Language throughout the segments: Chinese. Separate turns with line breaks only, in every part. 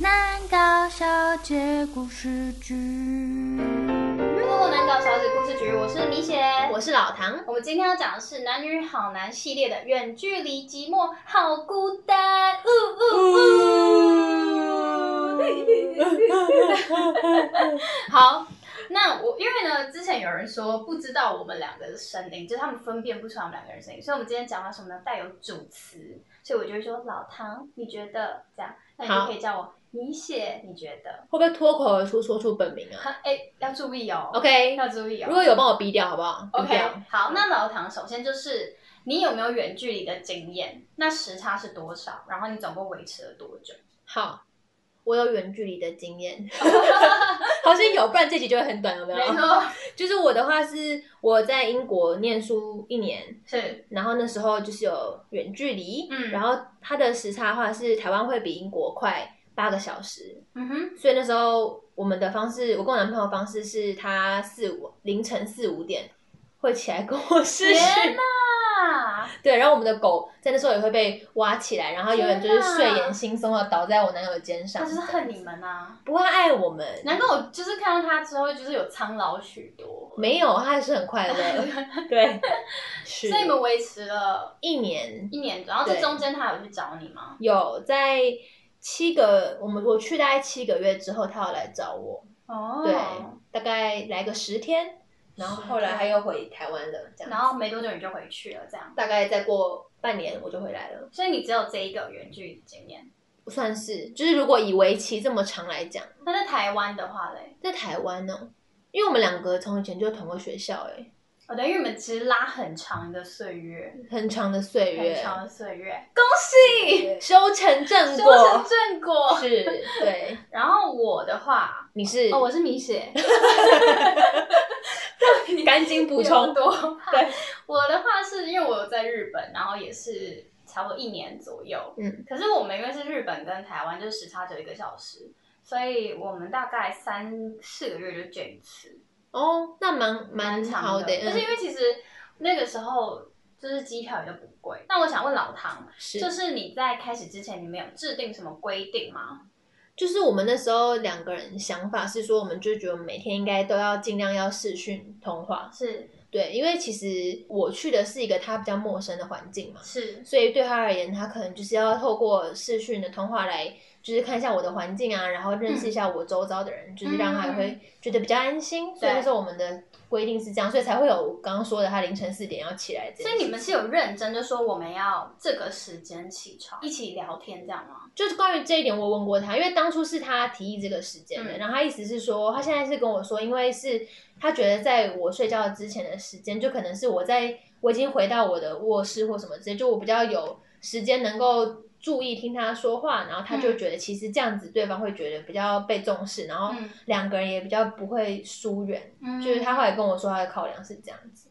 难搞小姐故事剧。
过南岛小姐故事局，我是米雪，
我是老唐，
我们今天要讲的是男女好男系列的《远距离寂寞好孤单》。嗯呜呜 呜！好，那我因为呢，之前有人说不知道我们两个的声音，就是他们分辨不出来我们两个人声音，所以我们今天讲到什么呢？带有主词，所以我就会说老唐，你觉得这样？那你就
好
可以叫我米雪，你觉得？
会不会脱口而出说出本名啊
哎、要注意哦
？OK，
要注意哦。
如果有帮我逼掉，好不好
OK，
逼掉
好，那老唐首先就是你有没有远距离的经验？那时差是多少？然后你总共维持了多久？
好，我有远距离的经 验， 好像有，不然这集就会很短，有没有？
错，
就是我的话是我在英国念书一年，
是
然后那时候就是有远距离，
嗯
然后它的时差的话是台湾会比英国快八个小时，
嗯哼，
所以那时候我们的方式，我跟我男朋友的方式是他四五凌晨四五点会起来跟我试
天
训。
啊，
对，然后我们的狗在那时候也会被挖起来，然后永远就是睡眼惺忪的倒在我男友的肩
他
上
就。是恨你们啊！
不过他爱我们，
难怪我就是看到他之后，就是有苍老许多。
没有，他还是很 快乐。对，是
所以你们维持了
一年
一年，然后这
对
中间他有去找你吗？
有在七个，我们我去大概七个月之后，他有来找我，
哦
对，大概来个十天，然后后来他又回台湾了，这样子。
然后没多久你就回去了，这样。
大概再过半年我就回来了，
所以你只有这一个远距离经验。
不算是，就是如果以为期这么长来讲，
那在台湾的话嘞，
在台湾呢、因为我们两个从以前就同个学校、欸，
哦，对，因为你们其实拉很长的岁月。
很长的岁
很
月，
长的岁月，恭喜
修成正
修成
果，
正果。
是，对，
然后我的话，
你是，
哦，我是米雪，
赶紧补充，
多。
对，
我的话是因为我有在日本，然后也是差不多一年左右。
嗯，
可是我们因为是日本跟台湾，就是时差只有一个小时，所以我们大概三四个月就见一次，
哦，那蛮蛮
长
好
的。就是
嗯
因为其实那个时候就是机票也都不贵。那我想问老唐，
嗯是
就，是你在开始之前，你们有制定什么规定吗？
就是我们那时候两个人想法是说，我们就觉得我们每天应该都要尽量要视讯通话，
是
对，因为其实我去的是一个他比较陌生的环境嘛，
是，
所以对他而言，他可能就是要透过视讯的通话来，就是看一下我的环境啊，然后认
嗯
识一下我周遭的人，就是让他会觉得比较安心。所以那时候我们的规定是这样，所以才会有我刚刚说的，他凌晨四点要起来这
所
样。
以你们是有认真就说我们要这个时间起床，一起聊天这样吗？
就是关于这一点，我问过他，因为当初是他提议这个时间的，
嗯
然后他意思是说，他现在是跟我说，因为是他觉得在我睡觉之前的时间，就可能是我在我已经回到我的卧室或什么之类，就我比较有时间能够注意听他说话，然后他就
嗯
觉得其实这样子对方会觉得比较被重视，然后
嗯
两个人也比较不会疏远，
嗯
就是他后来跟我说他的考量是这样子。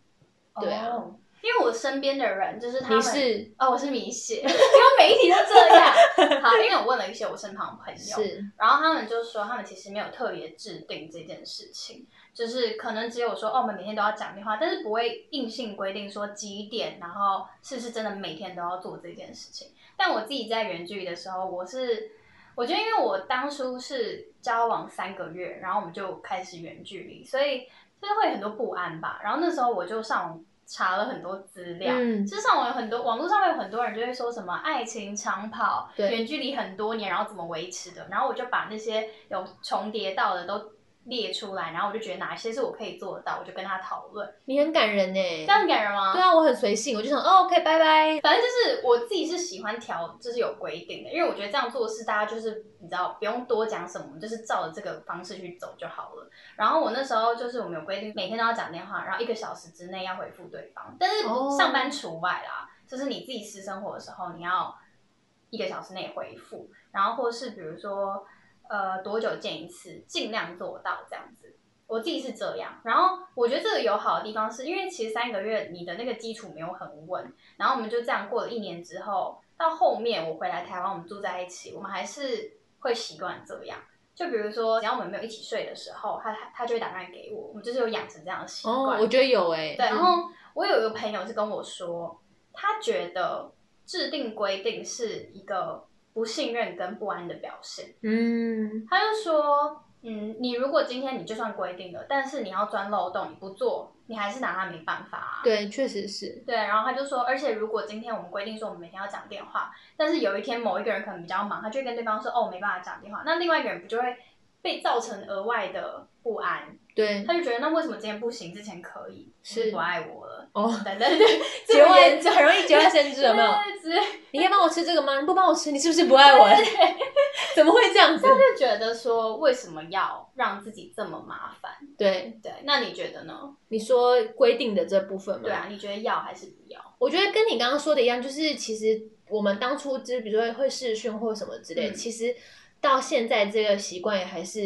对啊
哦因为我身边的人就是他
你
们，
是
哦，我是米血，因 为每一题都这样。好，因为我问了一些我身旁的朋友，
是
然后他们就说，他们其实没有特别制定这件事情，就是可能只有说，哦，我们每天都要讲电话，但是不会硬性规定说几点，然后是不是真的每天都要做这件事情。但我自己在远距离的时候，我是我觉得，因为我当初是交往三个月，然后我们就开始远距离，所以就是会很多不安吧。然后那时候我就上网查了很多资料，
嗯，
就上网有很多网络上面有很多人就会说什么爱情长跑，
对
远距离很多年，然后怎么维持的？然后我就把那些有重叠到的都列出来，然后我就觉得哪些是我可以做得到，我就跟他讨论。
你很感人呢、
这样感人吗？
对啊，我很随性，我就想哦，OK，拜拜。
反正就是我自己是喜欢调，就是有规定的，因为我觉得这样做事大家就是你知道不用多讲什么，我们就是照着这个方式去走就好了。然后我那时候就是我们有规定，每天都要讲电话，然后一个小时之内要回复对方，但是
哦
上班除外啦，就是你自己私生活的时候，你要一个小时内回复，然后或是比如说呃多久见一次，尽量做到这样子。我自己是这样，然后我觉得这个有好的地方是，因为其实三个月你的那个基础没有很稳，然后我们就这样过了一年之后，到后面我回来台湾，我们住在一起，我们还是会习惯这样。就比如说，只要我们没有一起睡的时候，他他他就会打电话给我，我们就是有养成这样的习
哦
惯。，
我觉得有哎、
对，然后我有一个朋友是跟我说，他觉得制定规定是一个不信任跟不安的表现。
嗯
他就说，嗯，你如果今天你就算规定了，但是你要钻漏洞，你不做，你还是拿他没办法啊。
对，确实是，
对，然后他就说，而且如果今天我们规定说我们每天要讲电话，但是有一天某一个人可能比较忙，他就会跟对方说，哦，我没办法讲电话，那另外一个人不就会被造成额外的不安？
对
他就觉得，那为什么今天不行，之前可以，
嗯是
不爱我了？
哦，
等等对，
节
这么
外
严重
很容易节外生枝，有没有？
对之类
你可以帮我吃这个吗？你不帮我吃，你是不是不爱我？ 怎么会这样子？
就觉得说，为什么要让自己这么麻烦？
对，
对，那你觉得呢？
你说规定的这部分嘛，
对啊，你觉得要还是不要？
我觉得跟你刚刚说的一样，就是其实我们当初就是比如说会试训或什么之类，
嗯
其实到现在这个习惯也还是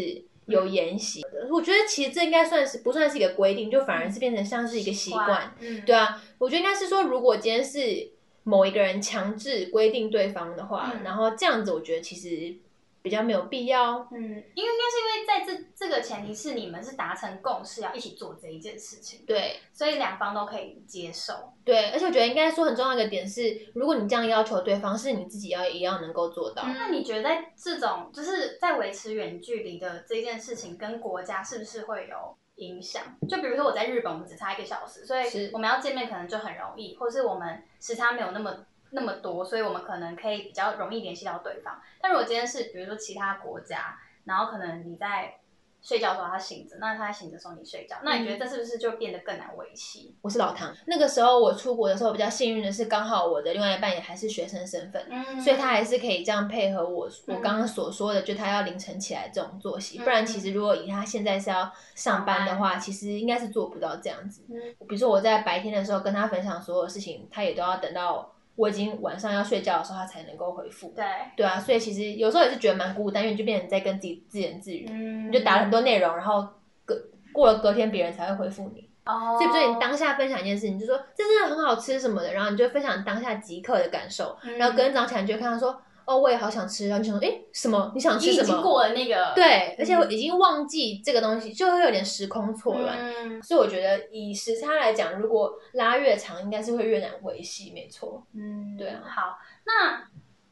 有
嗯
沿袭的。我觉得其实这应该算是不算是一个规定，就反而是变成像是一个习惯。，
嗯，
对啊，我觉得应该是说，如果今天是某一个人强制规定对方的话，
嗯
然后这样子，我觉得其实比较没有必要。
嗯，因为应该是因为在这这个前提是你们是达成共识，要一起做这一件事情，
对
所以两方都可以接受。
对，而且我觉得应该说很重要的一个点是，如果你这样要求对方，是你自己要也要能够做到。
那你觉得在这种就是在维持远距离的这件事情，跟国家是不是会有影响？就比如说我在日本，我们只差一个小时，所
是
以我们要见面可能就很容易，或是我们时差没有那么。那么多，所以我们可能可以比较容易联系到对方。但如果今天是比如说其他国家，然后可能你在睡觉的时候他醒着，那他在醒着的时候你睡觉，那你
嗯
觉得这是不是就变得更难维系？
我是老唐。那个时候我出国的时候比较幸运的是，刚好我的另外一半也还是学生身份，
嗯
所以他还是可以这样配合我。我
嗯
刚刚所说的，就他要凌晨起来这种作息，
嗯
不然其实如果以他现在是要上班的话，其实应该是做不到这样子。
嗯
比如说我在白天的时候跟他分享所有事情，他也都要等到我已经晚上要睡觉的时候，他才能够回复。
对，
对啊，所以其实有时候也是觉得蛮孤单，因为你就变成在跟自己自言自语，
嗯
你就打了很多内容，然后隔过了隔天别人才会回复你。
哦，
所以，比如说你当下分享一件事情，你就说这真的很好吃什么的，然后你就分享当下即刻的感受，
嗯
然后隔天早上起来你就会看到说，哦，我也好想吃，然后你想说，诶，什么？你想
你
吃
已
什
经
么？
过了嗯那个
对，而且我已经忘记这个东西，就会有点时空错乱。
嗯
所以我觉得以时差来讲，如果拉越长，应该是会越难维系，没错。
嗯，
对啊
好，那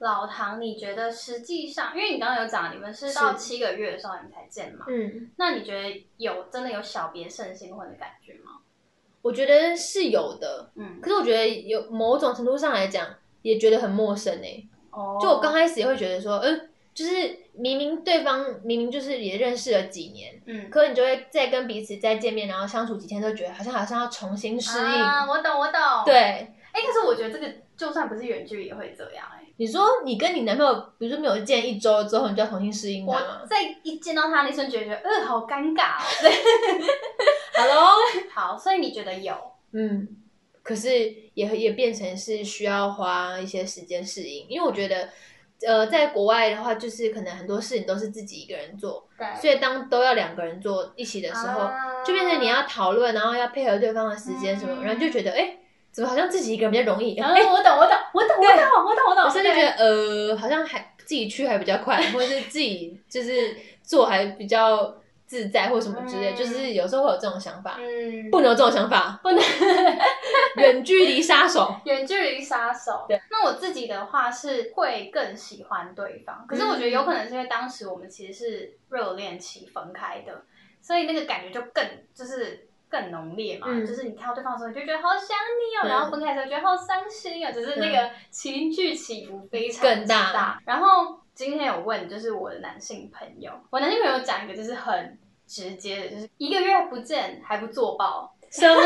老唐，你觉得实际上，因为你刚刚有讲，你们是到
是
七个月的时候你们才见嘛？
嗯，
那你觉得有真的有小别胜新婚的感觉吗？
我觉得是有的，
嗯，
可是我觉得有某种程度上来讲，也觉得很陌生诶、
哦
就我刚开始也会觉得说，嗯，就是明明对方明明就是也认识了几年，
嗯
可你就会再跟彼此再见面，然后相处几天，都觉得好像好像要重新适应。
啊，我懂我懂，，
对，
哎，可是我觉得这个就算不是远距离也会这样哎，
你说你跟你男朋友，比如说没有见一周之后，你就要重新适应他
我
吗？
在一见到他那一瞬间觉得，呃，好尴尬哦， 对，
好喽，
好，所以你觉得有，
嗯，可是也也变成是需要花一些时间适应，因为我觉得。呃，在国外的话，就是可能很多事情都是自己一个人做，
对
所以当都要两个人做一起的时
啊
候，就变成你要讨论，然后要配合对方的时间什么，
嗯
然后就觉得哎、诶怎么好像自己一个人比较容易？
啊，
哎、
我懂，我懂，我懂，我
对
懂，我懂，我懂。
我现在就觉得呃，好像还自己去还比较快， 或者是自己就是做还比较自在或什么之类，
嗯
就是有时候会有这种想法。
对，嗯，
不能有这种想 法，
不能
远距离杀 手。
远距离杀手。
对，
那我自己的话是会更喜欢对方，可是我觉得有可能是因为当时我们其实是热恋期分开的，所以那个感觉就更就是。更浓烈嘛，
嗯
就是你看到对方的时候，你就觉得好想你哦，
嗯
然后分开的时候觉得好伤心哦，就是那个情绪起伏非常
更
之
大
大。然后今天有问，就是我的男性朋友，我男性朋友讲一个就是很直接的，就是一个月不见还不做爆，
什么？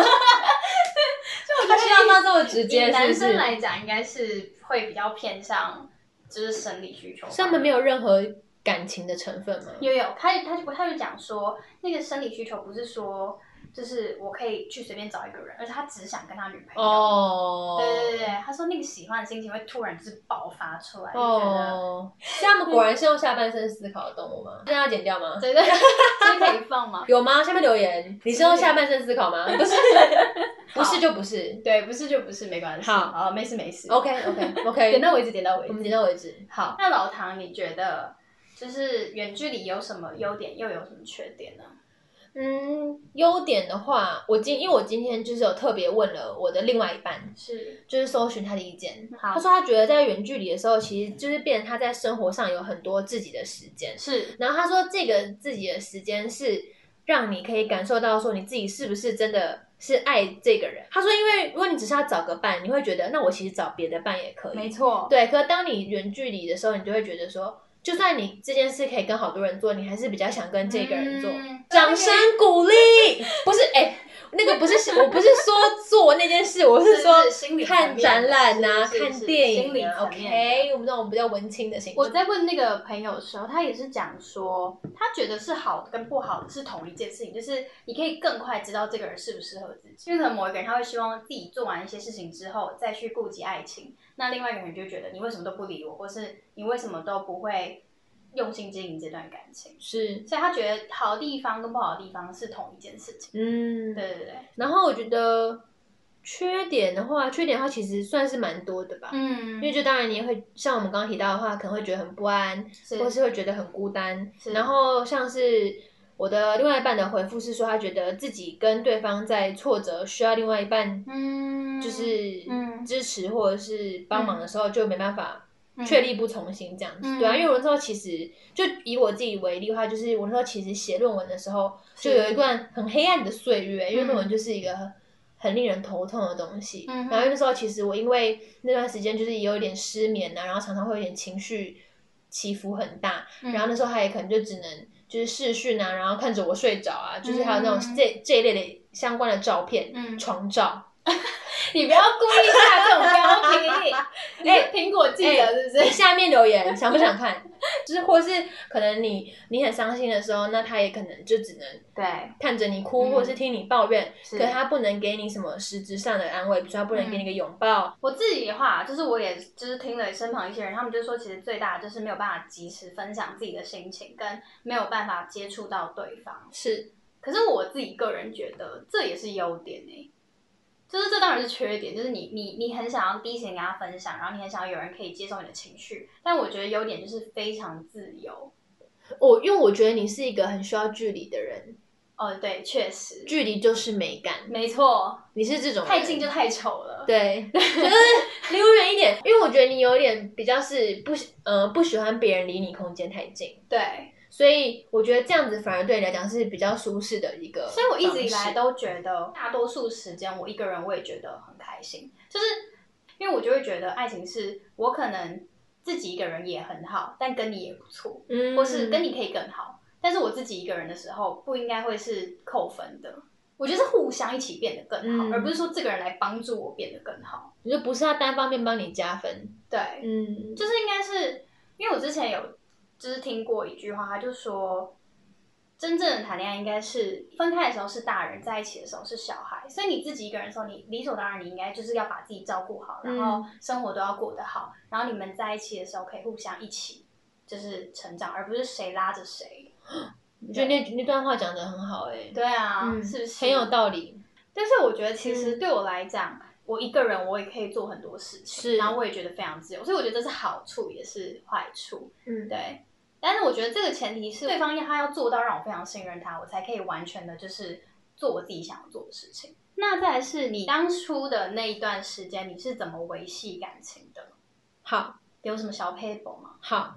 他需要到这么直
以
接，是
男
不
生
是？
来讲，应该是会比较偏向就是生理需求吧。
上面没有任何感情的成分吗？
有有，他他就他就讲说，那个生理需求不是说就是我可以去随便找一个人，而是他只想跟他女朋友。
哦，
对对对对，他说那个喜欢的心情会突然就是爆发出来，就觉得
哦，所以他们果然是用下半身思考的动物吗？这要剪掉吗？
对对，这可以放吗？
有吗？下面留言，你是用下半身思考 吗？不是，不是就不是。
对，不是就不是，没关系。
好
好，没事没事。
OK OK
点
OK，
到为止，点到为
我
止
们。点到为止。
好，那老唐，你觉得就是远距离有什么优点，又有什么缺点呢？
嗯，优点的话，我今因为我今天就是有特别问了我的另外一半，
是
就是搜寻他的意见。
好
他说他觉得在远距离的时候，其实就是变成他在生活上有很多自己的时间。
是
然后他说这个自己的时间是让你可以感受到说你自己是不是真的是爱这个人。他说，因为如果你只是要找个伴，你会觉得那我其实找别的伴也可
没
以。
错，
对，可是当你远距离的时候，你就会觉得说，就算你这件事可以跟好多人做，你还是比较想跟这个人做。
嗯
掌声鼓励，不是哎、那个不是我不是说做那件事，我
是
是说
是心理层面
看
的
展览呐、
是是是
看电
心理
影啊。
层面的
OK，我们这种比较文青的形
我
式，
在问那个朋友的时候，他也是讲说，他觉得是好跟不好是同一件事情，就是你可以更快知道这个人适不适合自己。因为可能某一个人他会希望自己做完一些事情之后再去顾及爱情，那另外一个人就觉得你为什么都不理我，或是你为什么都不会用心经营这段感情。
是
所以他觉得好地方跟不好地方是同一件事情。
嗯
对，对对，
然后我觉得缺点的话，缺点的话其实算是蛮多的吧。
嗯
因为就当然你也会像我们刚刚提到的话，可能会觉得很不安，
是
或是会觉得很孤单。
是
然后像是我的另外一半的回复是说，他觉得自己跟对方在挫折需要另外一半
嗯
就是
嗯
支持或者是帮忙的时候，就没办法
嗯
确立不从心这样子。
嗯
对啊，因为我那时候其实就以我自己为例的话，就是我那时候其实写论文的时候，
是
就有一段很黑暗的岁月，因为
嗯
论文就是一个很。很令人头痛的东西。
嗯哼
然后那时候其实我因为那段时间就是也有点失眠呐、啊然后常常会有点情绪起伏很大。
嗯
然后那时候他也可能就只能就是视讯啊，然后看着我睡着啊，就是还有那种
嗯
这、这一类的相关的照片，
嗯
床照。
你不要故意下这种标 题，你是苹果记者是不是？
你哎下面留言想不想看？ 就是或是可能你你很伤心的时候，那他也可能就只能
对，
看着你哭，
嗯
或是听你抱怨，
是
可他不能给你什么实质上的安慰，比如说他不能给你个拥抱。
我自己的话，就是我也就是听了身旁一些人，他们就说，其实最大的就是没有办法及时分享自己的心情，跟没有办法接触到对方。
是
可是我自己个人觉得，这也是优点哎、就是这当然是缺点，就是你你你很想要第一时间跟他分享，然后你很想要有人可以接受你的情绪，但我觉得优点就是非常自由。
我、因为我觉得你是一个很需要距离的人，
哦，对，确实，
距离就是美感，
没错，
你是这种人
太近就太丑了。
对，就是离我远一点，因为我觉得你有点比较是不喜呃不喜欢别人离你空间太近。
对，
所以我觉得这样子反而对你来讲是比较舒适的一个方式，
所以我一直以来都觉得，大多数时间我一个人我也觉得很开心，就是因为我就会觉得爱情是我可能自己一个人也很好，但跟你也不错，
嗯，
或是跟你可以更好，但是我自己一个人的时候不应该会是扣分的。我觉得是互相一起变得更好，
嗯
而不是说这个人来帮助我变得更好。
你就不是要单方面帮你加分，
对，
嗯，
就是应该是因为我之前有就是听过一句话，他就说，真正的谈恋爱应该是分开的时候是大人，在一起的时候是小孩，所以你自己一个人的时候，你理所当然你应该就是要把自己照顾好，
嗯
然后生活都要过得好，然后你们在一起的时候可以互相一起就是成长，而不是谁拉着谁。
嗯 我觉得那那段话讲的很好、哎，
对啊，
嗯
是不是
很有道理，
但是我觉得其实
嗯
对我来讲。我一个人，我也可以做很多事情，
是
然后我也觉得非常自由，所以我觉得这是好处，也是坏处。
嗯，
对，但是我觉得这个前提是对方要他要做到让我非常信任他，我才可以完全的就是做我自己想要做的事情。那再来是你当初的那一段时间，你是怎么维系感情的？
好
有什么小 paper 吗？
好，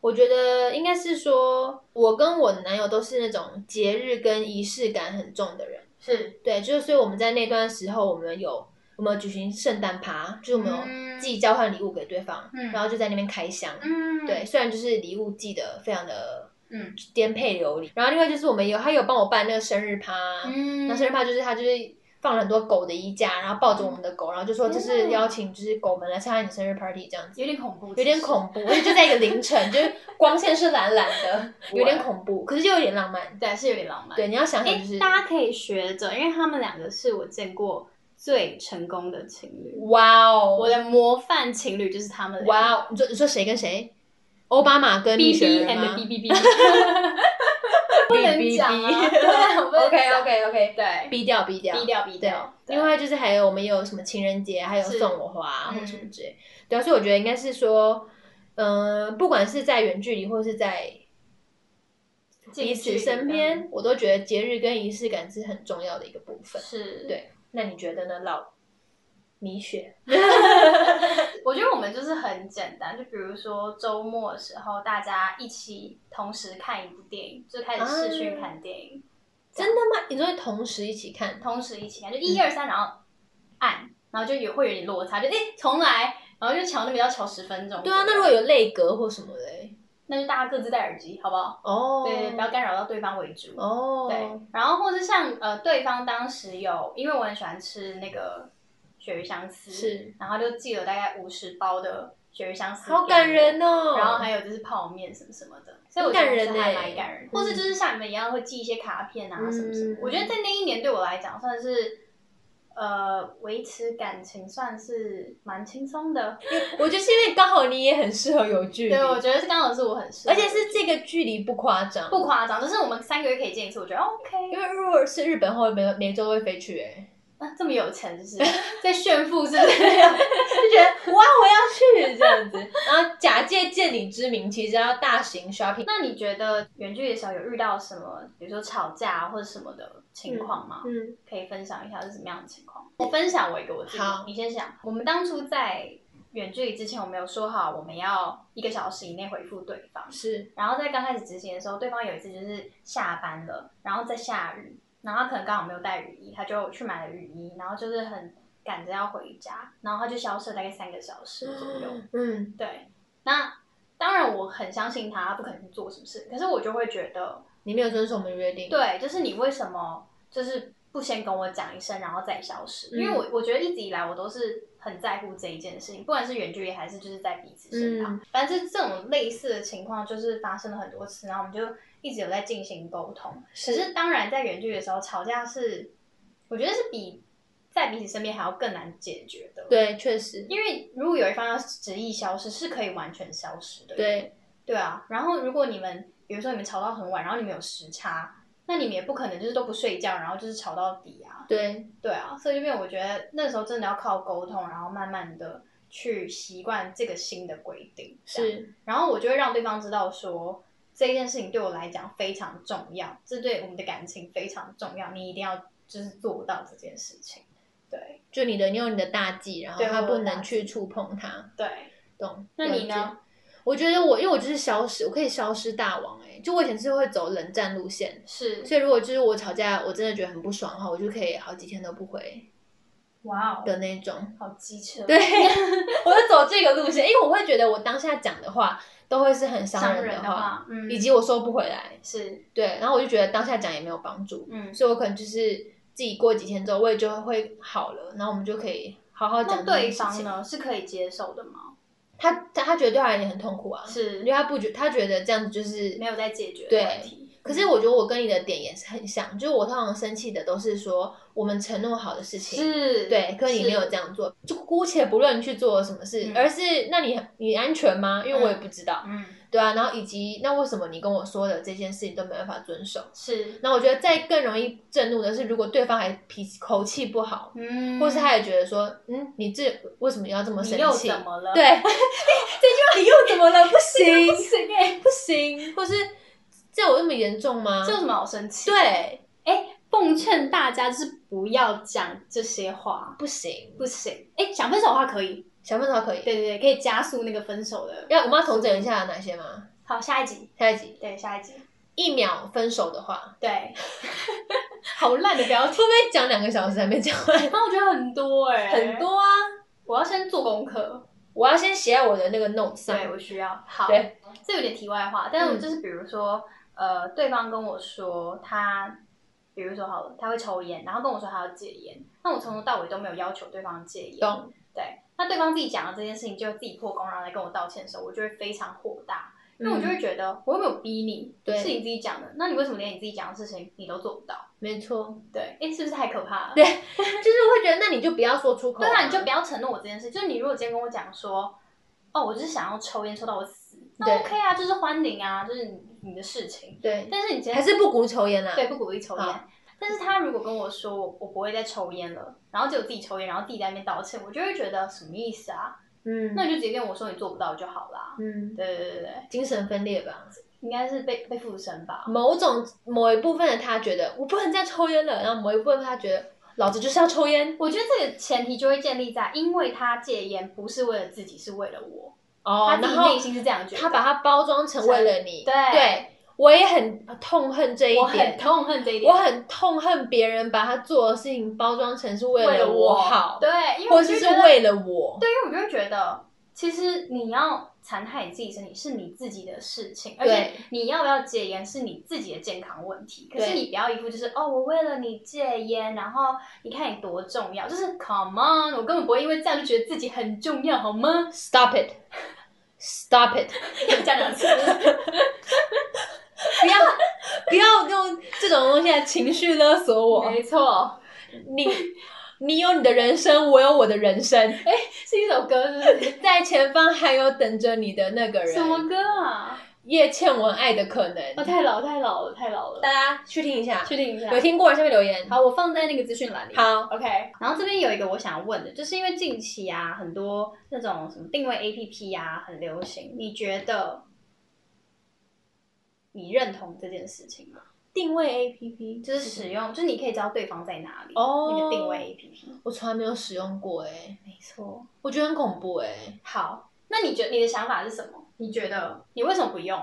我觉得应该是说，我跟我男友都是那种节日跟仪式感很重的人，
是
对，就是所以我们在那段时候，我们有我们有举行圣诞趴，就是我们
嗯
有自己交换礼物给对方，
嗯
然后就在那边开箱，
嗯，
对，，虽然就是礼物寄的非常的
嗯
颠沛流离，然后另外就是我们有他有帮我办那个生日趴，
嗯
那生日趴就是他就是放了很多狗的衣架，然后抱着我们的狗，然后就说这是邀请就是狗们来参加你生日 party 这样子。
有点恐怖，
有点
怖，
恐怖，因为就在一个凌晨，就是光线是蓝蓝 的，有点恐怖，可是又有点浪漫。
对，是有点浪漫。
对，你要想想
哎、
就是，
大家可以学着，因为他们两个是我见过最成功的情侣，
哇哦，
我的模范情侣就是他们
哇
哇
哦，你说你说谁跟谁？奥巴马跟
B
蜜雪
B
儿
and
吗
B B B，不能讲 啊，对，我不能
OK
讲
OK OK，
对，
低调低调
低调低
对
调，，
另外就是还有我们有什么情人节，还有
是
送我花、啊、
嗯
或什么之类，对啊，所以我觉得应该呃是说，嗯、不管是在远距离或是在彼
近距
此
离嗯
身
的
边，我都觉得节日跟仪式感是很重要的一个部分。
是
对那你觉得呢，老米雪？
我觉得我们就是很简单，就比如说周末的时候，大家一起同时看一部电影，就开始视讯看电影，
真的吗？你都会同时一起看？
同时一起看，就一二三，然后按，然后就也会有点落差，就哎重来，然后就瞧那么要瞧十分钟。
对啊，那如果有内隔或什么的欸，
那就大家各自戴耳机，好不好？
哦，
对，不要干扰到对方为主。
哦，
对，然后或是像呃，对方当时有，因为我很喜欢吃那个鳕鱼香丝，
是，
然后就寄了大概五十包的鳕鱼香丝，
好感人哦。
然后还有就是泡面什么什么的，所以我
很
觉得
感
是
人
还
欸
蛮感人的。或是就是像你们一样会寄一些卡片啊
嗯
什么什么，我觉得在那一年对我来讲算是。呃，维持感情算是蛮轻松的，
我就是因为刚好你也很适合有距离，
对，我觉得是刚好是我很适合，
而且是这个距离不夸张，
不夸张，就是我们三个月可以见一次，我觉得哦 OK，
因为如果是日本后，每每周都会飞去、欸，
啊，这么有钱是不是在炫富是不是？
就觉得哇，我要去这样子， 然后假借见你之名，其实要大型 shopping。
那你觉得远距离的时候有遇到什么，比如说吵架、啊、或者什么的情况吗？
嗯，
可以分享一下是什么样的情况？我分享我一个我自己，
好
你先想。我们当初在远距离之前，我们有说好我们要一个小时以内回复对方。
是
然后在刚开始执行的时候，对方有一次就是下班了，然后在下雨，然后他可能刚好没有带雨衣，他就去买了雨衣，然后就是很赶着要回家，然后他就消失了大概三个小时左右。
嗯，
对，那当然我很相信他，他不可能去做什么事，可是我就会觉得，
你没有遵守我们的约定，，
对，就是你为什么就是不先跟我讲一声，然后再消失？因为
嗯
我我觉得一直以来我都是很在乎这一件事情，不管是远距离还是就是在彼此身
嗯
旁，反正这种类似的情况就是发生了很多次，然后我们就一直有在进行沟通。可是当然在远距离的时候吵架是，我觉得是比在彼此身边还要更难解决的。
对，确实，
因为如果有一方要执意消失，是可以完全消失的。
对，
对啊，然后如果你们比如说你们吵到很晚，然后你们有时差，那你们也不可能就是都不睡觉，然后就是吵到底啊。
对，
对啊，所以就变我觉得那时候真的要靠沟通，然后慢慢的去习惯这个新的规定。这样，
是，
然后我就会让对方知道说这件事情对我来讲非常重要，这对我们的感情非常重要，你一定要就是做到这件事情。对
就你的，你有你的大忌，然后
对
他
我有
不
大
能
忌
去触碰它，
对，
懂？
那你
了解
呢？？
我觉得我，因为我就是消失，我可以消失大王、欸，哎，就我以前是会走冷战路线，
是
所以如果就是我吵架，我真的觉得很不爽的话，我就可以好几天都不回
哇哦，
的那种。
好机车，
对， 我就走这个路线，因为我会觉得我当下讲的话都会是很伤
伤
人
人
的
的话，嗯，
以及我收不回来。
是，
对，然后我就觉得当下讲也没有帮助，
嗯，
所以我可能就是自己过几天之后，我也就会好了，然后我们就可以好好
那
讲这
对
件事
方
情。
呢是可以接受的吗？
他他他觉得对他来讲很痛
哦
苦啊，因为
是，
他不觉他觉得这样子就是
没有在解决的
对
问题。
可是我觉得我跟你的点也是很像，就是我通常生气的都是说我们承诺好的事情，
是，
对，可你没有
是
这样做，就姑且不论你去做了什么事，
嗯
而是那你你安全吗？因为我也不知道，
嗯，
对啊，然后以及那为什么你跟我说的这件事情都没办法遵守？
是，
那我觉得再更容易震怒的是，如果对方还脾气口气不好，
嗯，
或是他也觉得说，嗯，你这为什么要这么
你
生
又
气？
怎么了？
对，， 这句话你又怎么了？不行，
不行哎，
不行，或是这有那么严重 吗？
这有什么好生气？，
对，
哎，奉劝大家就是不要讲这些话，
不行，
不行。哎，想分手的话可以，
小分手可以。
对对对，可以加速那个分手的。
要我们要重整一下哪些吗？
好，下一集，
下一集
对，下一集，
一秒分手的话，哦
对， 好烂的 标题，
会不会讲两个小时还没讲完？
那我觉得很多哎，
很。多啊！
我要先做功课，
我要先写在我的那个 note 上。
对我需要。好，
对
这有点题外话，但是我
嗯
就是比如说，呃，对方跟我说他，比如说好了，他会抽烟，然后跟我说他要戒烟，那我从头到尾都没有要求对方戒烟。
懂
对，那对方自己讲了这件事情，就自己破功，然后来跟我道歉的时候，我就会非常火大，因为我就会觉得我又没有逼你，
嗯对
是你自己讲的，那你为什么连你自己讲的事情你都做不到？
没错，
对，哎，是不是太可怕了？
对就是会觉得那你就不要说出口、
对啊，你就不
要。
要承诺我这件事。就是你如果今天跟我讲说，哦，我就是想要抽烟抽到我死，那
对
OK 啊，就是欢迎啊，就是你你的事情。
对，
但是你今天
还是不鼓抽烟啦。啊
对不鼓励抽烟
好。
但是他如果跟我说我我不会再抽烟了，然后结果自己抽烟，然后自己在那边道歉，我就会觉得什么意思啊？
嗯，
那你就直接跟我说你做不到就好啦。
嗯，
对对对对，
精神分裂吧，
应该是被被附身吧。
某种某一部分的他觉得我不能再抽烟了，然后某一部分他觉得老子就是要抽烟
我觉得这个前提就会建立在，因为他戒烟不是为了自己，是为了我，
哦，
他自
然
己
后
内心是这样觉得。
他把它包装成为了你，
对
我也很痛恨这一
我很
点，
痛恨这一点，
我很痛恨别人把他做的事情包装成是为
为
了
了我
好，
对，因为
或
我
者
就是觉得
为了我，
对，因为我就会觉得，其实你要残害你自己身体是你自己的事情，而且
对
你要不要戒烟是你自己的健康问题。可是
对
你不要一副就是哦，我为了你戒烟，然后你看你多重要，就是 come on，我根本不会因为这样就觉得自己很重要，好吗？
s t o p it，stop it，
要 这样两次，
不要不要用这种东西来情绪勒索我，
没错，
你你有你的人生，我有我的人生，
是一首歌，是不是？
在前方还有等着你的那个人，
什么歌啊？
叶倩文《爱的可能
哦，》，太老太老了，太老了，
大家去听一下，
确定一下
有。听过的下面留言，
好，我放在那个资讯栏里。
好。
OK，然后这边有一个我想问的，就是因为近期啊，很多那种什么定位 APP 啊很流行，你觉得你认同这件事情吗？
定位 APP，
就是使用，就是你可以知道对方在哪里，
哦
那个定位 APP。
我从来没有使用过哎、
没错。
我觉得很恐怖哎、
好，那你觉你的想法是什么？你觉得你为什么不用？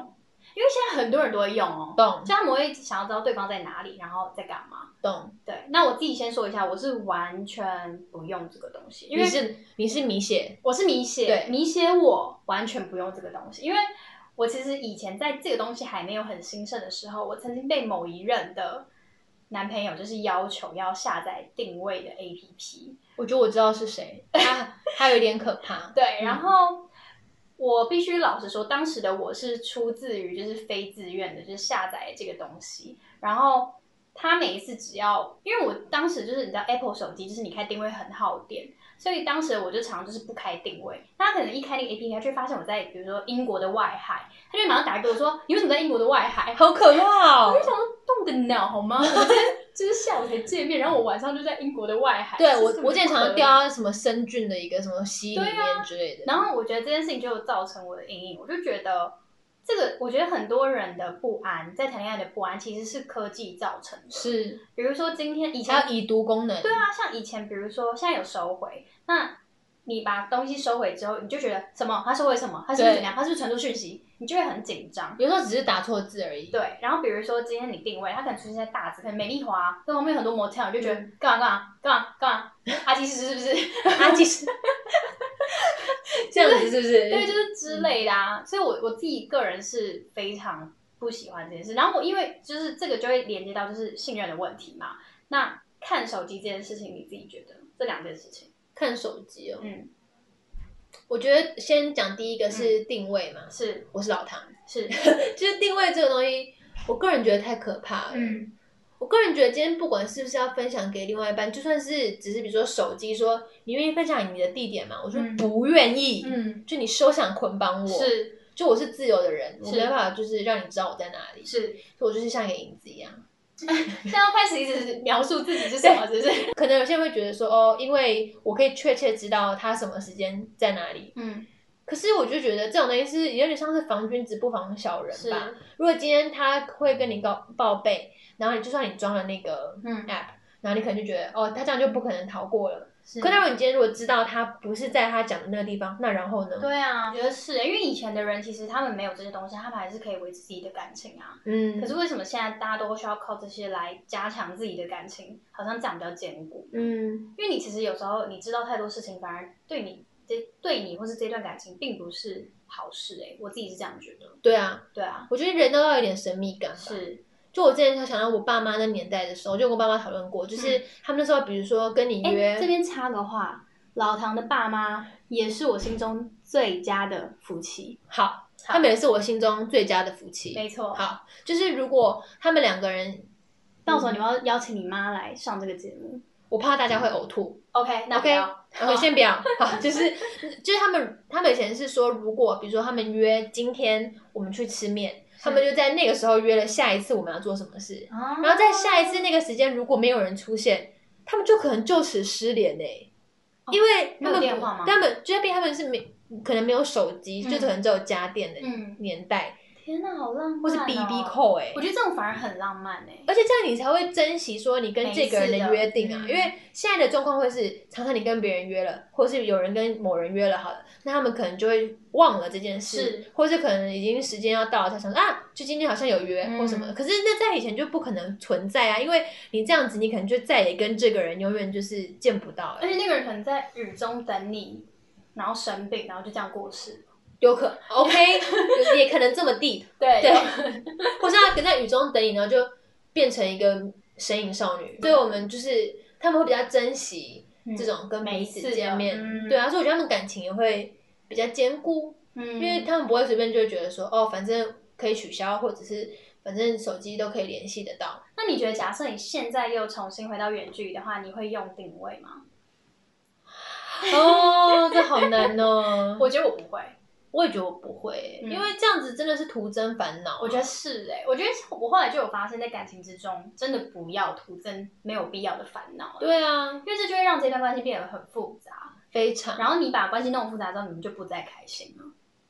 因为现在很多人都会用哦，
懂
就他们会想要知道对方在哪里，然后在干嘛。
懂，
对，那我自己先说一下，我是完全不用这个东西，因
你
为
是你是米血，
我是米血
对，
米血我完全不用这个东西，因为我其实以前在这个东西还没有很兴盛的时候，我曾经被某一任的男朋友就是要求要下载定位的 APP，
我觉得我知道是 谁，他他有点可怕，
对，然
嗯
后。我必须老实说，当时的我是出自于就是非自愿的，就是下载这个东西。然后他每一次只要，因为我当时就是你知道 Apple 手机，就是你开定位很耗电，所以当时我就常就是不开定位。那他可能一开那个 APP，他就会发现我在比如说英国的外海，他就会马上打给我说：“你为什么在英国的外海？”
好可怕
我
哦
就。想说动个脑好吗？我今天就是下午才见面，然后我晚上就在英国的外海。
对
这
我
是什，么
我之前常
可
常
能
掉到什么生菌的一个什么溪里面之类的。
然后我觉得这件事情就造成我的阴影，我就觉得这个，我觉得很多人的不安，在谈恋爱的不安其实是科技造成的。，
是，
比如说今天以前
还有已读功能。
对啊，像以前比如说现在有收回，那你把东西收回之后，你就觉得什么他收回什么，他是不是
对
怎样，他是不是传出讯息，你就会很紧张。
有时候只是打错字而已。
对，然后比如说今天你定位，它可能出现在大字，可能美丽华，那旁边有很多 motel，你就觉得干嘛干嘛干嘛干嘛，阿基师是不是？
啊，其实这样子是不是？
对，就是之类的啊。所以我我自己个人是非常不喜欢这件事。然后我因为就是这个就会连接到就是信任的问题嘛。那看手机这件事情，你自己觉得这两件事情？
看手机哦。
嗯，
我觉得先讲第一个是定位嘛，
是
我是老唐，
是，
就是定位这个东西，我个人觉得太可怕了。
嗯
我个人觉得，今天不管是不是要分享给另外一半，就算是只是比如说手机说你愿意分享你的地点吗？我说
嗯
不愿意，
嗯，
就你休想捆绑我，
是
就我是自由的人，我
是
没办法就是让你知道我在哪里，
是。
所以我就是像一个影子一样。
现在要开始一直描述自己是什么，是不是？
可能有些人会觉得说哦，因为我可以确切知道他什么时间在哪里，
嗯，
可是我就觉得这种东西是有点像是防君子不防小人
是，
吧。如果今天他会跟你告报备，然后你就算你装了那个
嗯
app，、然后你可能就觉得哦，他这样就不可能逃过了。
是
可当然，你今天如果知道他不是在他讲的那个地方，那然后呢？
对啊，我觉得是，因为以前的人其实他们没有这些东西，他们还是可以维持自己的感情啊。
嗯，
可是为什么现在大家都需要靠这些来加强自己的感情？好像这样比较坚固。
嗯，
因为你其实有时候你知道太多事情，反而对你这对你或是这段感情并不是好事哎、我自己是这样觉得。
对啊，
对啊，
我觉得人都要有点神秘感吧。
是
就我之前想到我爸妈那年代的时候，就跟我爸妈讨论过，就是他们那时候，比如说跟你
嗯哎、
约，
这边插个话，老唐的爸妈也是我心中最佳的夫妻。
好，他们也是我心中最佳的夫妻。
没错，
好，就是如果他们两个人，
到时候你要邀请你妈来上这个节目。
我怕大家会呕吐，
OK，那
OK，我
哦
先不要，好，就是就是他们他们以前是说，如果比如说他们约今天我们去吃面，他们就在那个时候约了下一次我们要做什么事，
然
然后在下一次那个时间如果没有人出现，他们就可能就此失联嘞、因为
哦没
他
有
们
电
不
话吗
他们就便他们是没可能没有手机，
嗯
就可能只有家电的
嗯，
年代，
天哪，好浪漫、哦，
或是 BB 扣哎、
我觉得这种反而很浪漫哎、
而且这样你才会珍惜说你跟这个人的约定啊，
每一次的嗯
因为现在的状况会是常常你跟别人约了，或是有人跟某人约了好了，那他们可能就会忘了这件事，
是
或是可能已经时间要到了才想说啊，就今天好像有约
嗯
或什么，可是那在以前就不可能存在啊，因为你这样子你可能就再也跟这个人永远就是见不到了，
而且那个人可能在雨中等你，然后生病，然后就这样过世。
有可 OK 有也可能这么地，
对
对， 或是他可能在雨中等你，然后就变成一个身影少女，所以我们就是他们会比较珍惜。这种跟
每
彼
一
此
嗯次的
见面，
嗯
对啊，所以我觉得他们感情也会比较坚固，
嗯，
因为他们不会随便就会觉得说哦，反正可以取消，或者是反正手机都可以联系得 到。
那你觉得，假设你现在又重新回到远距离的话，你会用定位吗？
哦，这好 难哦！我
我觉得我不会，
我也觉得我不会，
嗯
因为这样子真的是徒增烦恼啊。
我觉得是哎、我觉得我后来就有发现，在感情之中，真的不要徒增没有必要的烦恼，
对啊，
因为这就会让这段关系变得很复杂。
非常
然后你把关系弄复杂之后，你们就不再开心了。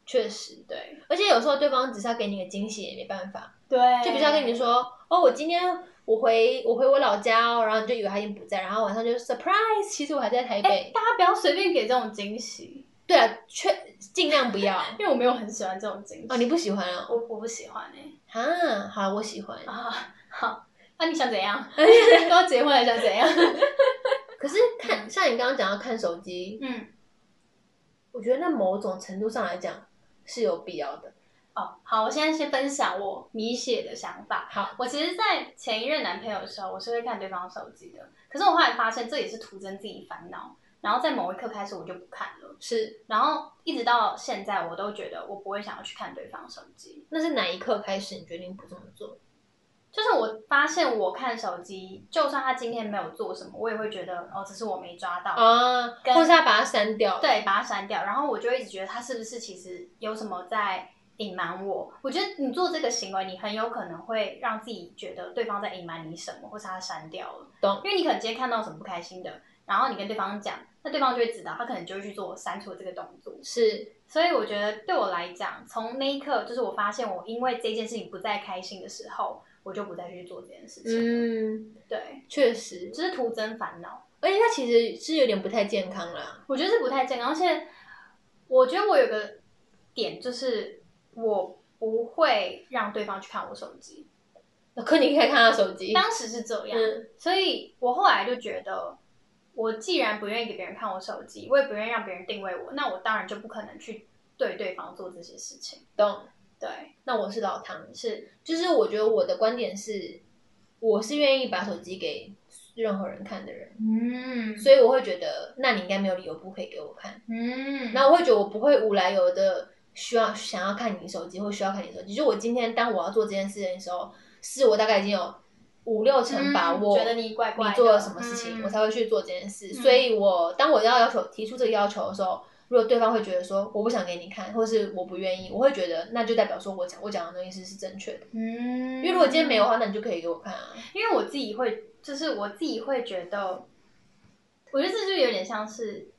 确实，
对
而且有时候对方只是要给你个惊喜，也没办法。
对
就比较跟你说，哦，我今天我回我回我老家哦，然后你就以为他已经不在，然后晚上就 surprise，其实我还在台北。
哎、大家不要随便给这种惊喜，
对啊，确尽量不要
因为我没有很喜欢这种惊喜。
哦，你不喜欢哦？
我我不喜欢哎、
啊，好，我喜欢。
啊，好，那、你想怎 样？都要结婚了，想怎样？
可是看像你刚刚讲到看手机，
嗯，
我觉得那某种程度上来讲是有必要的。
哦，好，我现在先分享我米血的想法。
好，
我其实，在前一任男朋友的时候，我是会看对方手机的。可是我后来发现，这也是徒增自己烦恼。然后在某一刻开始，我就不看了。
是
然后一直到现在，我都觉得我不会想要去看对方手机。
那是哪一刻开始你决定不这么做？
就是我发现，我看手机，就算他今天没有做什么，我也会觉得哦，只是我没抓到。
啊，
跟
或是他把它删掉？，
对，把它删掉。然后我就一直觉得他是不是其实有什么在隐瞒我？我觉得你做这个行为，你很有可能会让自己觉得对方在隐瞒你什么，或是他删掉了。
懂
因为你可能今天看到什么不开心的，然后你跟对方讲，那对方就会知道，他可能就会去做删除这个动作。
是
所以我觉得对我来讲，从那一刻就是我发现我因为这件事情不再开心的时候，我就不再去做这件事情。
嗯，
对，
确实，
就是徒增烦恼。
而且它其实是有点不太健康啦。
我觉得是不太健康，而且我觉得我有个点就是我不会让对方去看我手机，
可你可以看他手机，
当时是这样，
嗯
所以我后来就觉得，我既然不愿意给别人看我手机，我也不愿意让别人定位我，那我当然就不可能去对对方做这些事情。
懂？
对，
那我是老唐，
是
就是我觉得我的观点是，我是愿意把手机给任何人看的人，
嗯
所以我会觉得，那你应该没有理由不可以给我看。
嗯
那我会觉得我不会无来由的需要想要看你手机或需要看你手机。就我今天当我要做这件事情的时候，是我大概已经有五六成把
嗯
握，
觉得你怪怪的，
你做了什么事情，
嗯
我才会去做这件事。所以我当我要要求提出这个要求的时候，如果对方会觉得说我不想给你看，或是我不愿意，我会觉得那就代表说我讲我讲的东西是是正确的。
嗯
因为如果今天没有的话，那你就可以给我看啊。
因为我自己会，就是我自己会觉得，我觉得这就有点像是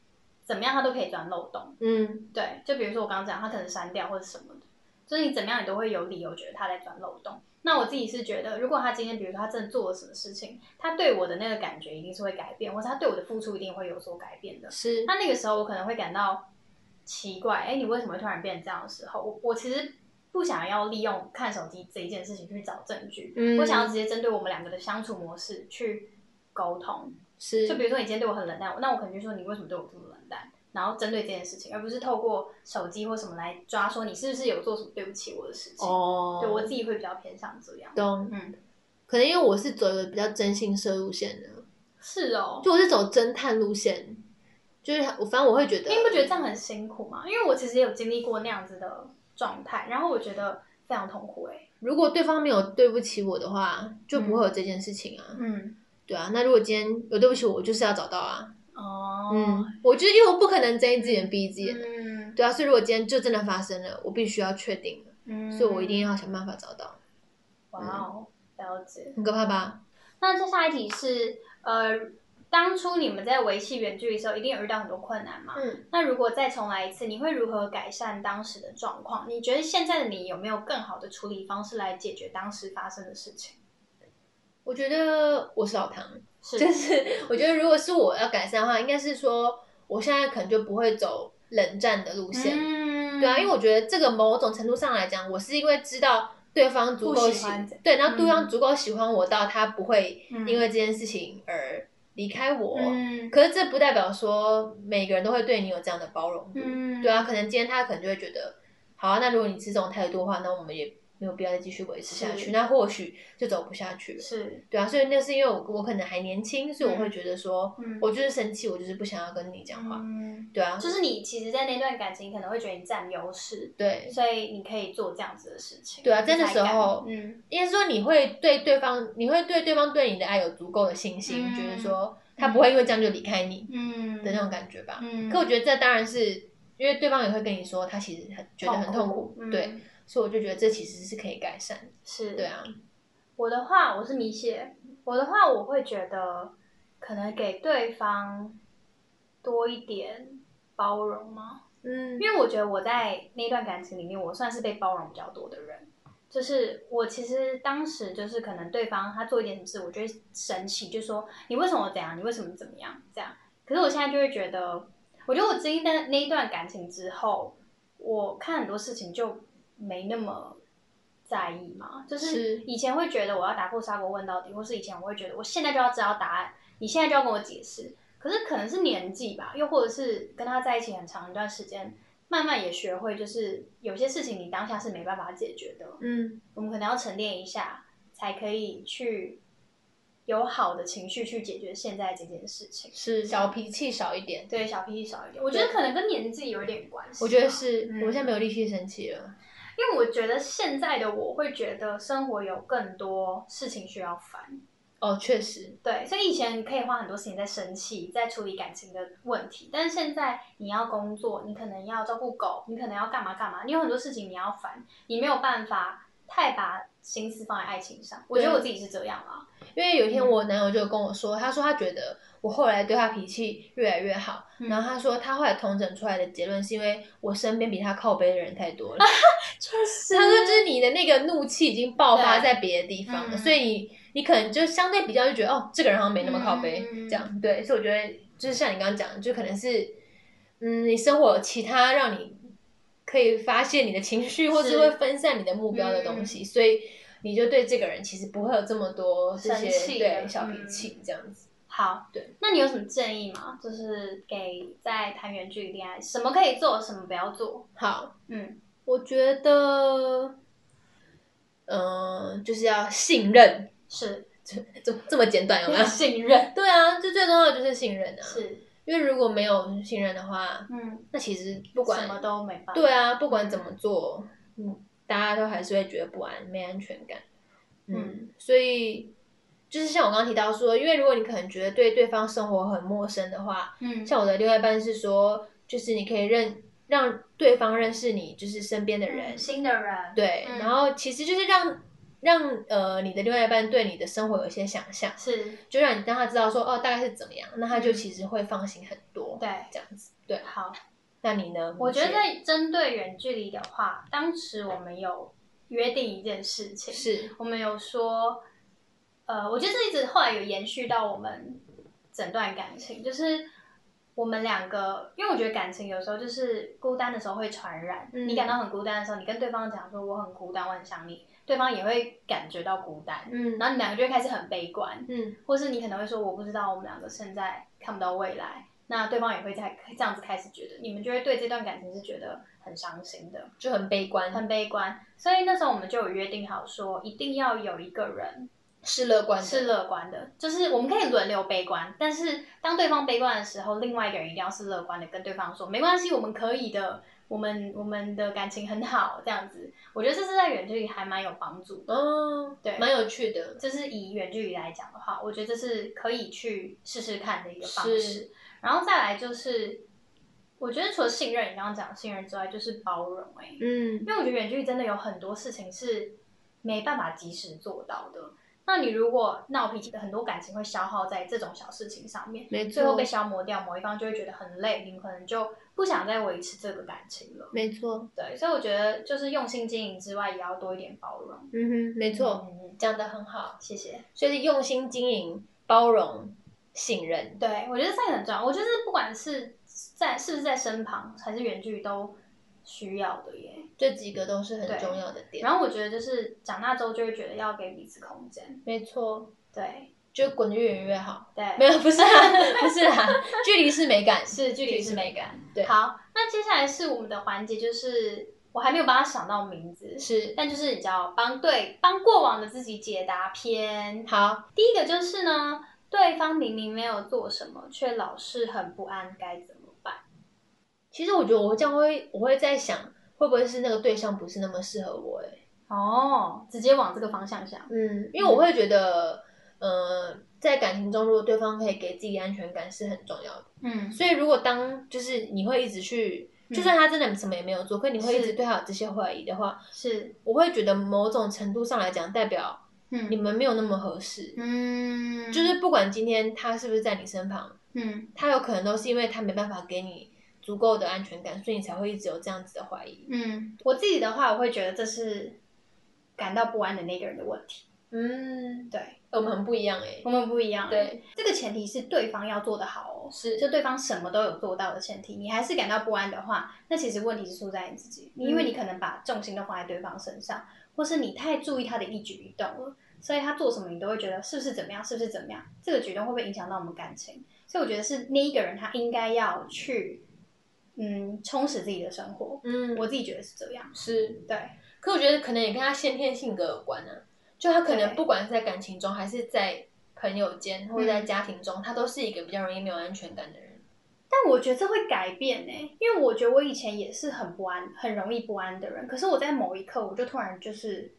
怎么样，它都可以钻漏洞。
嗯，
对，就比如说我刚刚讲，它可能删掉或者什么的，就是你怎么样，你都会有理由觉得它在钻漏洞。那我自己是觉得，如果他今天，比如说他真的做了什么事情，他对我的那个感觉一定是会改变，或者他对我的付出一定会有所改变的。
嗯是
那那个时候我可能会感到奇怪，哎，你为什么会突然变这样的时候？我我其实不想要利用看手机这一件事情去找证据，
嗯
我想要直接针对我们两个的相处模式去沟通。
是
就比如说你今天对我很冷淡，那我可能就说你为什么对我这么冷淡，然后针对这件事情，而不是透过手机或什么来抓说你是不是有做什么对不起我的事情。
哦
对我自己会比较偏向这样。
懂。
嗯，
可能因为我是走一个比较真心社路线的，
是哦。
就我是走侦探路线，就是我反正我会觉得，
你不觉得这样很辛苦吗？因为我其实也有经历过那样子的状态，然后我觉得非常痛苦哎、
如果对方没有对不起我的话，就不会有这件事情啊。
嗯，
对啊，那如果今天有对不起我，我就是要找到啊。
哦，
嗯，我觉得因为我不可能睁一只眼闭一只眼。
嗯
对啊，所以如果今天就真的发生了，我必须要确定，
嗯
所以我一定要想办法找到。
哇哦，了解。
很可怕吧？
那接下来一题是，呃，当初你们在维系远距离的时候，一定有遇到很多困难嘛？
嗯，
那如果再重来一次，你会如何改善当时的状况？你觉得现在的你有没有更好的处理方式来解决当时发生的事情？
我觉得我是老唐，
是
就是我觉得如果是我要改善的话，应该是说我现在可能就不会走冷战的路线，
嗯
对啊，因为我觉得这个某种程度上来讲，我是因为知道对方足够
不
喜
喜欢
对，然后对方足够喜欢我到他不会
嗯
因为这件事情而离开我。
嗯
可是这不代表说每个人都会对你有这样的包容度，
嗯
对啊，可能今天他可能就会觉得，好啊，那如果你是这种态度的话，那我们也没有必要再继续维持下去，
是
那或许就走不下去了。
是
对啊，所以那是因为我我可能还年轻，所以我
嗯
会觉得说，
嗯
我就是生气，我就是不想要跟你讲话。
嗯，
对啊，
就是你其实，在那段感情可能会觉得你占优势，
对，
所以你可以做这样子的事情。
对啊在
这
那
才
时
敢
候
嗯
应该是说你会对对方，你会对对方对你的爱有足够的信心，
嗯
就是说他不会因为这样就离开你
嗯
的那种感觉吧。
嗯，
可我觉得这当然是因为对方也会跟你说，他其实很觉得很痛苦，
嗯
对，所以我就觉得这其实是可以改善的。
是
对啊，
我的话，我是米血。我的话，我会觉得可能给对方多一点包容吗？
嗯
因为我觉得我在那段感情里面，我算是被包容比较多的人。就是我其实当时就是可能对方他做一点什么事，我就会生气，就说你为什么怎样，你为什么怎么样这样。可是我现在就会觉得，我觉得我经历那那一段感情之后，我看很多事情就没那么在意嘛。就是
是
以前会觉得我要打破砂锅问到底，或是以前我会觉得我现在就要知道答案，你现在就要跟我解释。可是可能是年纪吧，又或者是跟他在一起很长一段时间，慢慢也学会，就是有些事情你当下是没办法解决的，
嗯，
我们可能要沉淀一下，才可以去有好的情绪去解决现在这件事情。
是小脾气少一点，
对，小脾气少一点，我觉得可能跟年纪有点关系吧。
我觉得是，
嗯
我现在没有力气生气了。
因为我觉得现在的我会觉得生活有更多事情需要烦，
哦，确实，
对，所以以前可以花很多时间在生气，在处理感情的问题，但是现在你要工作，你可能要照顾狗，你可能要干嘛干嘛，你有很多事情你要烦，你没有办法太把心思放在爱情上。我觉得我自己是这样啊啦，
因为有一天
嗯
我男友就跟我说，他说他觉得我后来对他脾气越来越好，
嗯
然后他说他后来统整出来的结论是因为我身边比他靠背的人太多了。
啊确实
他说就是你的那个怒气已经爆发
对
在别的地方了，
嗯
所以你你可能就相对比较就觉得哦，这个人好像没那么靠背、
嗯
这样。对，所以我觉得就是像你刚刚讲的，就可能是嗯，你生活有其他让你可以发泄你的情绪，或
是嗯
是会分散你的目标的东西，所以你就对这个人其实不会有这么多这些
生气
对
嗯
小脾气这样子。
好，
对，
那你有什么建议吗？就是给在谈远距离恋爱，什么可以做，什么不要做？
好，
嗯，
我觉得。嗯、就是要信任，
是？
这这这么简短有没 有
信任，
对啊，就最重要的就是信任啊。
是
因为如果没有信任的话，
嗯，
那其实不管
什么都没办法。
对啊，不管怎么做，嗯，大家都还是会觉得不安、没安全感。嗯，所以就是像我刚刚提到说，因为如果你可能觉得对对方生活很陌生的话，
嗯，
像我的另外一半是说，就是你可以认让对方认识你，就是身边的人，
嗯新的人，
对，
嗯
然后其实就是让让呃你的另外一半对你的生活有一些想象，
是
就让你让他知道说哦大概是怎么样，那他就
嗯
其实会放心很多。
对。
这样子。对，
好，
那你呢？
我觉
你觉
得针对远距离的话，当时我们有约定一件事情，
是
我们有说，呃，我觉得这一直后来有延续到我们整段感情，就是我们两个，因为我觉得感情有时候就是孤单的时候会传染，
嗯
你感到很孤单的时候，你跟对方讲说我很孤单，我很想你，对方也会感觉到孤单，
嗯
然后你们两个就会开始很悲观，
嗯
或是你可能会说我不知道我们两个现在看不到未来，那对方也会在这样子开始觉得，你们就会对这段感情是觉得很伤心的，
就很悲观，
很悲观。所以那时候我们就有约定好说，一定要有一个人
是乐观的，
是乐观的，就是我们可以轮流悲观，但是当对方悲观的时候，另外一个人一定要是乐观的，跟对方说没关系，我们可以的。我们我们的感情很好，这样子，我觉得这是在远距离还蛮有帮助的。
哦，
对
蛮有趣的，
就是以远距离来讲的话，我觉得这是可以去试试看的一个方式
是。
然后再来就是，我觉得除了信任，你刚刚讲的信任之外，就是包容、欸。
嗯
因为我觉得远距离真的有很多事情是没办法及时做到的。那你如果闹脾气，很多感情会消耗在这种小事情上面，
没
最后
错
被，消磨掉，某一方就会觉得很累，你可能就不想再维持这个感情了。
没错，
对，所以我觉得就是用心经营之外，也要多一点包容。
嗯哼，没错，
嗯，嗯嗯
讲的很好，
谢谢。
所以是用心经营、包容、信任，
对，我觉得这个很重要。我觉得是不管是在是不是在身旁，还是远距离都需要的耶。
这几个都是
对
很重要的点。
然后我觉得就是长大之后就会觉得要给彼此空间。
没错，
对
就滚得越远越好。
对，
没有，不是啊，不是 啊，距离是美感，
是距离是美感。
对
好，那接下来是我们的环节，就是我还没有帮他想到名字，
是
但就是你知道帮对帮过往的自己解答篇。
好，
第一个就是呢，对方明明没有做什么，却老是很不安，该怎么办？
其实我觉得我这样会，我会在想，会不会是那个对象不是那么适合我、欸？
哦，直接往这个方向想。
嗯，因为我会觉得，呃，在感情中，如果对方可以给自己安全感是很重要的。
嗯，
所以，如果当就是你会一直去，
嗯
就算他真的什么也没有做，可你会一
是
直对他有这些怀疑的话，
是，
我会觉得某种程度上来讲，代表
嗯
你们没有那么合适。
嗯，
就是不管今天他是不是在你身旁，
嗯
他有可能都是因为他没办法给你足够的安全感，所以你才会一直有这样子的怀疑。
嗯，我自己的话，我会觉得这是感到不安的那个人的问题。
嗯，
对
我们很不一样哎、
我们不一样，
对，
这个前提是对方要做得好哦，
是
就对方什么都有做到的前提，你还是感到不安的话，那其实问题是出在你自己，你因为
嗯
你可能把重心都放在对方身上，或是你太注意他的一举一动了，所以他做什么你都会觉得是不是怎么样，是不是怎么样，这个举动会不会影响到我们感情？所以我觉得是那一个人他应该要去，嗯，充实自己的生活，
嗯，
我
我
自己觉得是这样，
是
对，
可我觉得可能也跟他先天性格有关啊，就他可
对
能不管是在感情中，还是在朋友间，或者在家庭中，他都是一个比较容易没有安全感的人。
但我觉得这会改变呢、因为我觉得我以前也是很不安、很容易不安的人，可是我在某一刻，我就突然就是，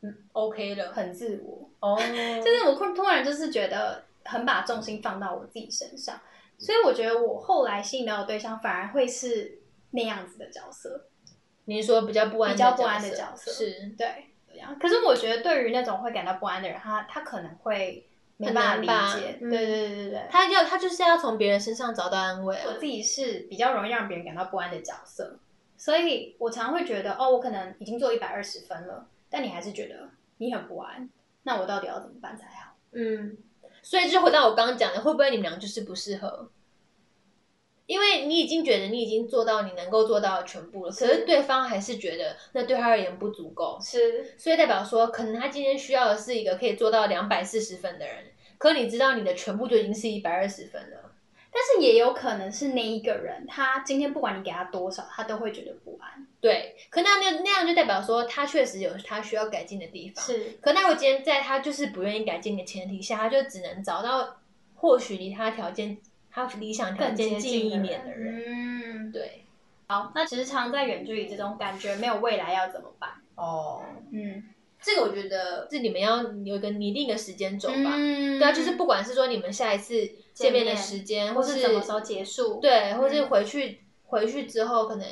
嗯，
OK 了，
很自我，
哦，
就
就是
我突突然就是觉得很把重心放到我自己身上，所以我觉得我后来吸引到的对象反而会是那样子的角色，
你说比较不安的
比较不安的角色
是
对，这样。可是我觉得对于那种会感到不安的人，他他可能会没
很
办
难
法
吧
理解，
嗯
对对对对对。
他要他就是要从别人身上找到安慰啊
我。自己是比较容易让别人感到不安的角色，所以我常会觉得，哦，我可能已经做一百二十分了，但你还是觉得你很不安，那我到底要怎么办才好？
嗯，所以就回到我刚刚讲的，会不会你们俩就是不适合？因为你已经觉得你已经做到你能够做到的全部了，可
是
是对方还是觉得那对他而言不足够，
是，
所以代表说，可能他今天需要的是一个可以做到两百四十分的人，可你知道你的全部就已经是一百二十分了。
但是也有可能是那一个人，他今天不管你给他多少，他都会觉得不安。
对，可那那那样就代表说，他确实有他需要改进的地方。
是，
可那如果今天在他就是不愿意改进的前提下，他就只能找到或许离他条件、他理想条
更接
件
近
近一点的人。
人。嗯，
对，
那职场在远距离之中，感觉没有未来要怎么办？
哦，
嗯，
这个我觉得是你们要有一个拟定的时间轴吧。
嗯
对啊，就是不管是说你们下一次见面的
面
时间，
嗯或
或
是什么时候结束？，
对，或是
嗯
回去、回去之后，可能，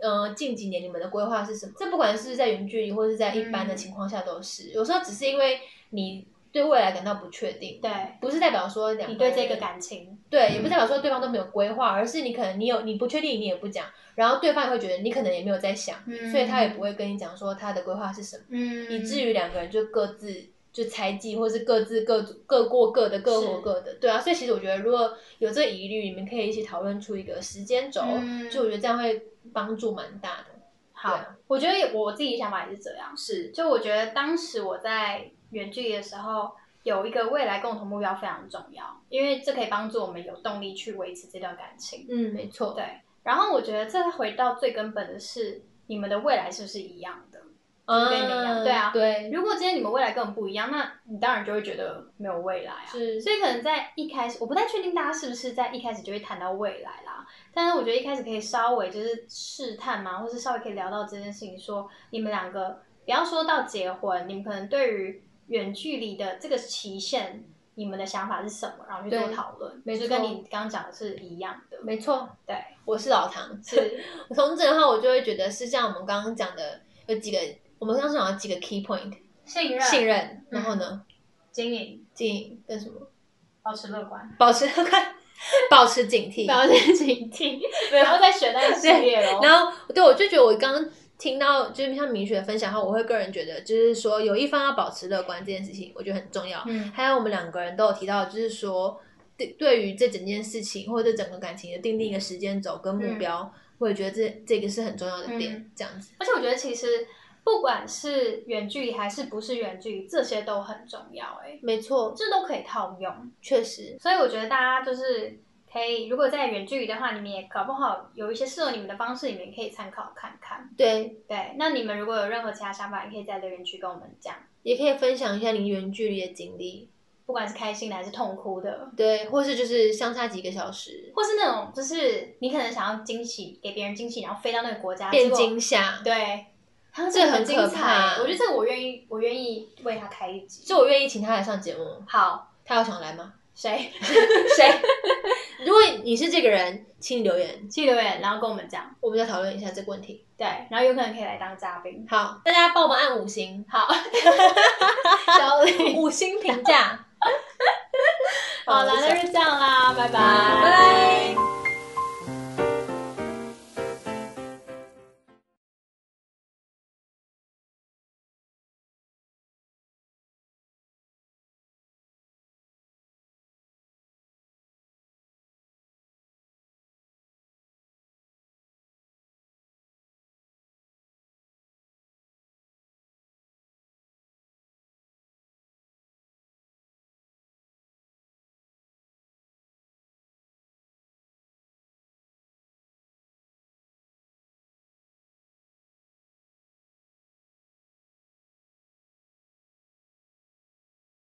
呃，近几年你们的规划是什么？这不管是在远距离，或是在一般的
嗯
情况下都是。有时候只是因为你对未来感到不确定，
对，
不是代表说两
你
个
对
人
这个感嗯情，
对，也不是代表说对方都没有规划，而是你可能你有你不确定，你也不讲，然后对方也会觉得你可能也没有在想，
嗯
所以他也不会跟你讲说他的规划是什么，
嗯
以至于两个人就各自。就猜忌，或是各自各各过各的，各活
是
各的，对啊。所以其实我觉得，如果有这疑虑，你们可以一起讨论出一个时间轴，
嗯
就我觉得这样会帮助蛮大的。
好，
对啊
我觉得我自己想法也是这样。
是，
就我觉得当时我在远距离的时候，有一个未来共同目标非常重要，因为这可以帮助我们有动力去维持这段感情。
嗯，没错，
对，然后我觉得这回到最根本的是，你们的未来是不是一样的？
嗯，
跟你们一样对啊
对，
如果今天你们未来根本不一样，那你当然就会觉得没有未来啊。
是
所以可能在一开始，我不太确定大家是不是在一开始就会谈到未来啦。但是我觉得一开始可以稍微就是试探嘛，或是稍微可以聊到这件事情说你们两个不要说到结婚，你们可能对于远距离的这个期限，你们的想法是什么，然后去做
对
讨论，
没
就
错
跟你刚刚讲的是一样的。
没错，
对，
我是老唐，
是，
从这的话，我就会觉得是像我们刚刚讲的，有几个，我们刚刚讲了几个 key point，
信任、嗯
信任，然后呢，
经营、
经营跟什么？
保持乐观，
保持乐观， 保持警惕，
表现警惕，然后再选那一系列
哦
咯。
然后对我就觉得我刚刚听到就是像米雪的分享后，我会个人觉得就是说有一方要保持乐观这件事情，我觉得很重要。
嗯，
还有我们两个人都有提到，就是说对对于这整件事情或者整个感情的定定一个时间轴跟目标，我也觉得这这个是很重要的点，
嗯
这样子。
而且我觉得其实不管是远距离还是不是远距离，这些都很重要、欸，
没错，
这都可以套用。
确实，
所以我觉得大家就是可以，如果在远距离的话，你们也搞不好有一些适合你们的方式，你们也可以参考看看。
对，
对，那你们如果有任何其他想法，也可以在留言区跟我们讲，
也可以分享一下你远距离的经历，
不管是开心的还是痛哭的，
对，或是就是相差几个小时
或是那种就是你可能想要惊喜给别人惊喜，然后飞到那个国家啊
变，
结果
惊吓，
对，他
这很
很精
可
彩
怕，啊
我觉得这个我愿意，我愿意为他开一集。
就我愿意请他来上节目，
好，
他有想来吗？
谁
谁？如果你是这个人，请你留言，
去留言，然后跟我们讲，
我们再讨论一下这个问题。
对，然后有可能可以来当嘉宾。
好，大家帮我们按五 星，
好，
小李五星评价。
好啦，那就这样啦，拜拜，
拜拜。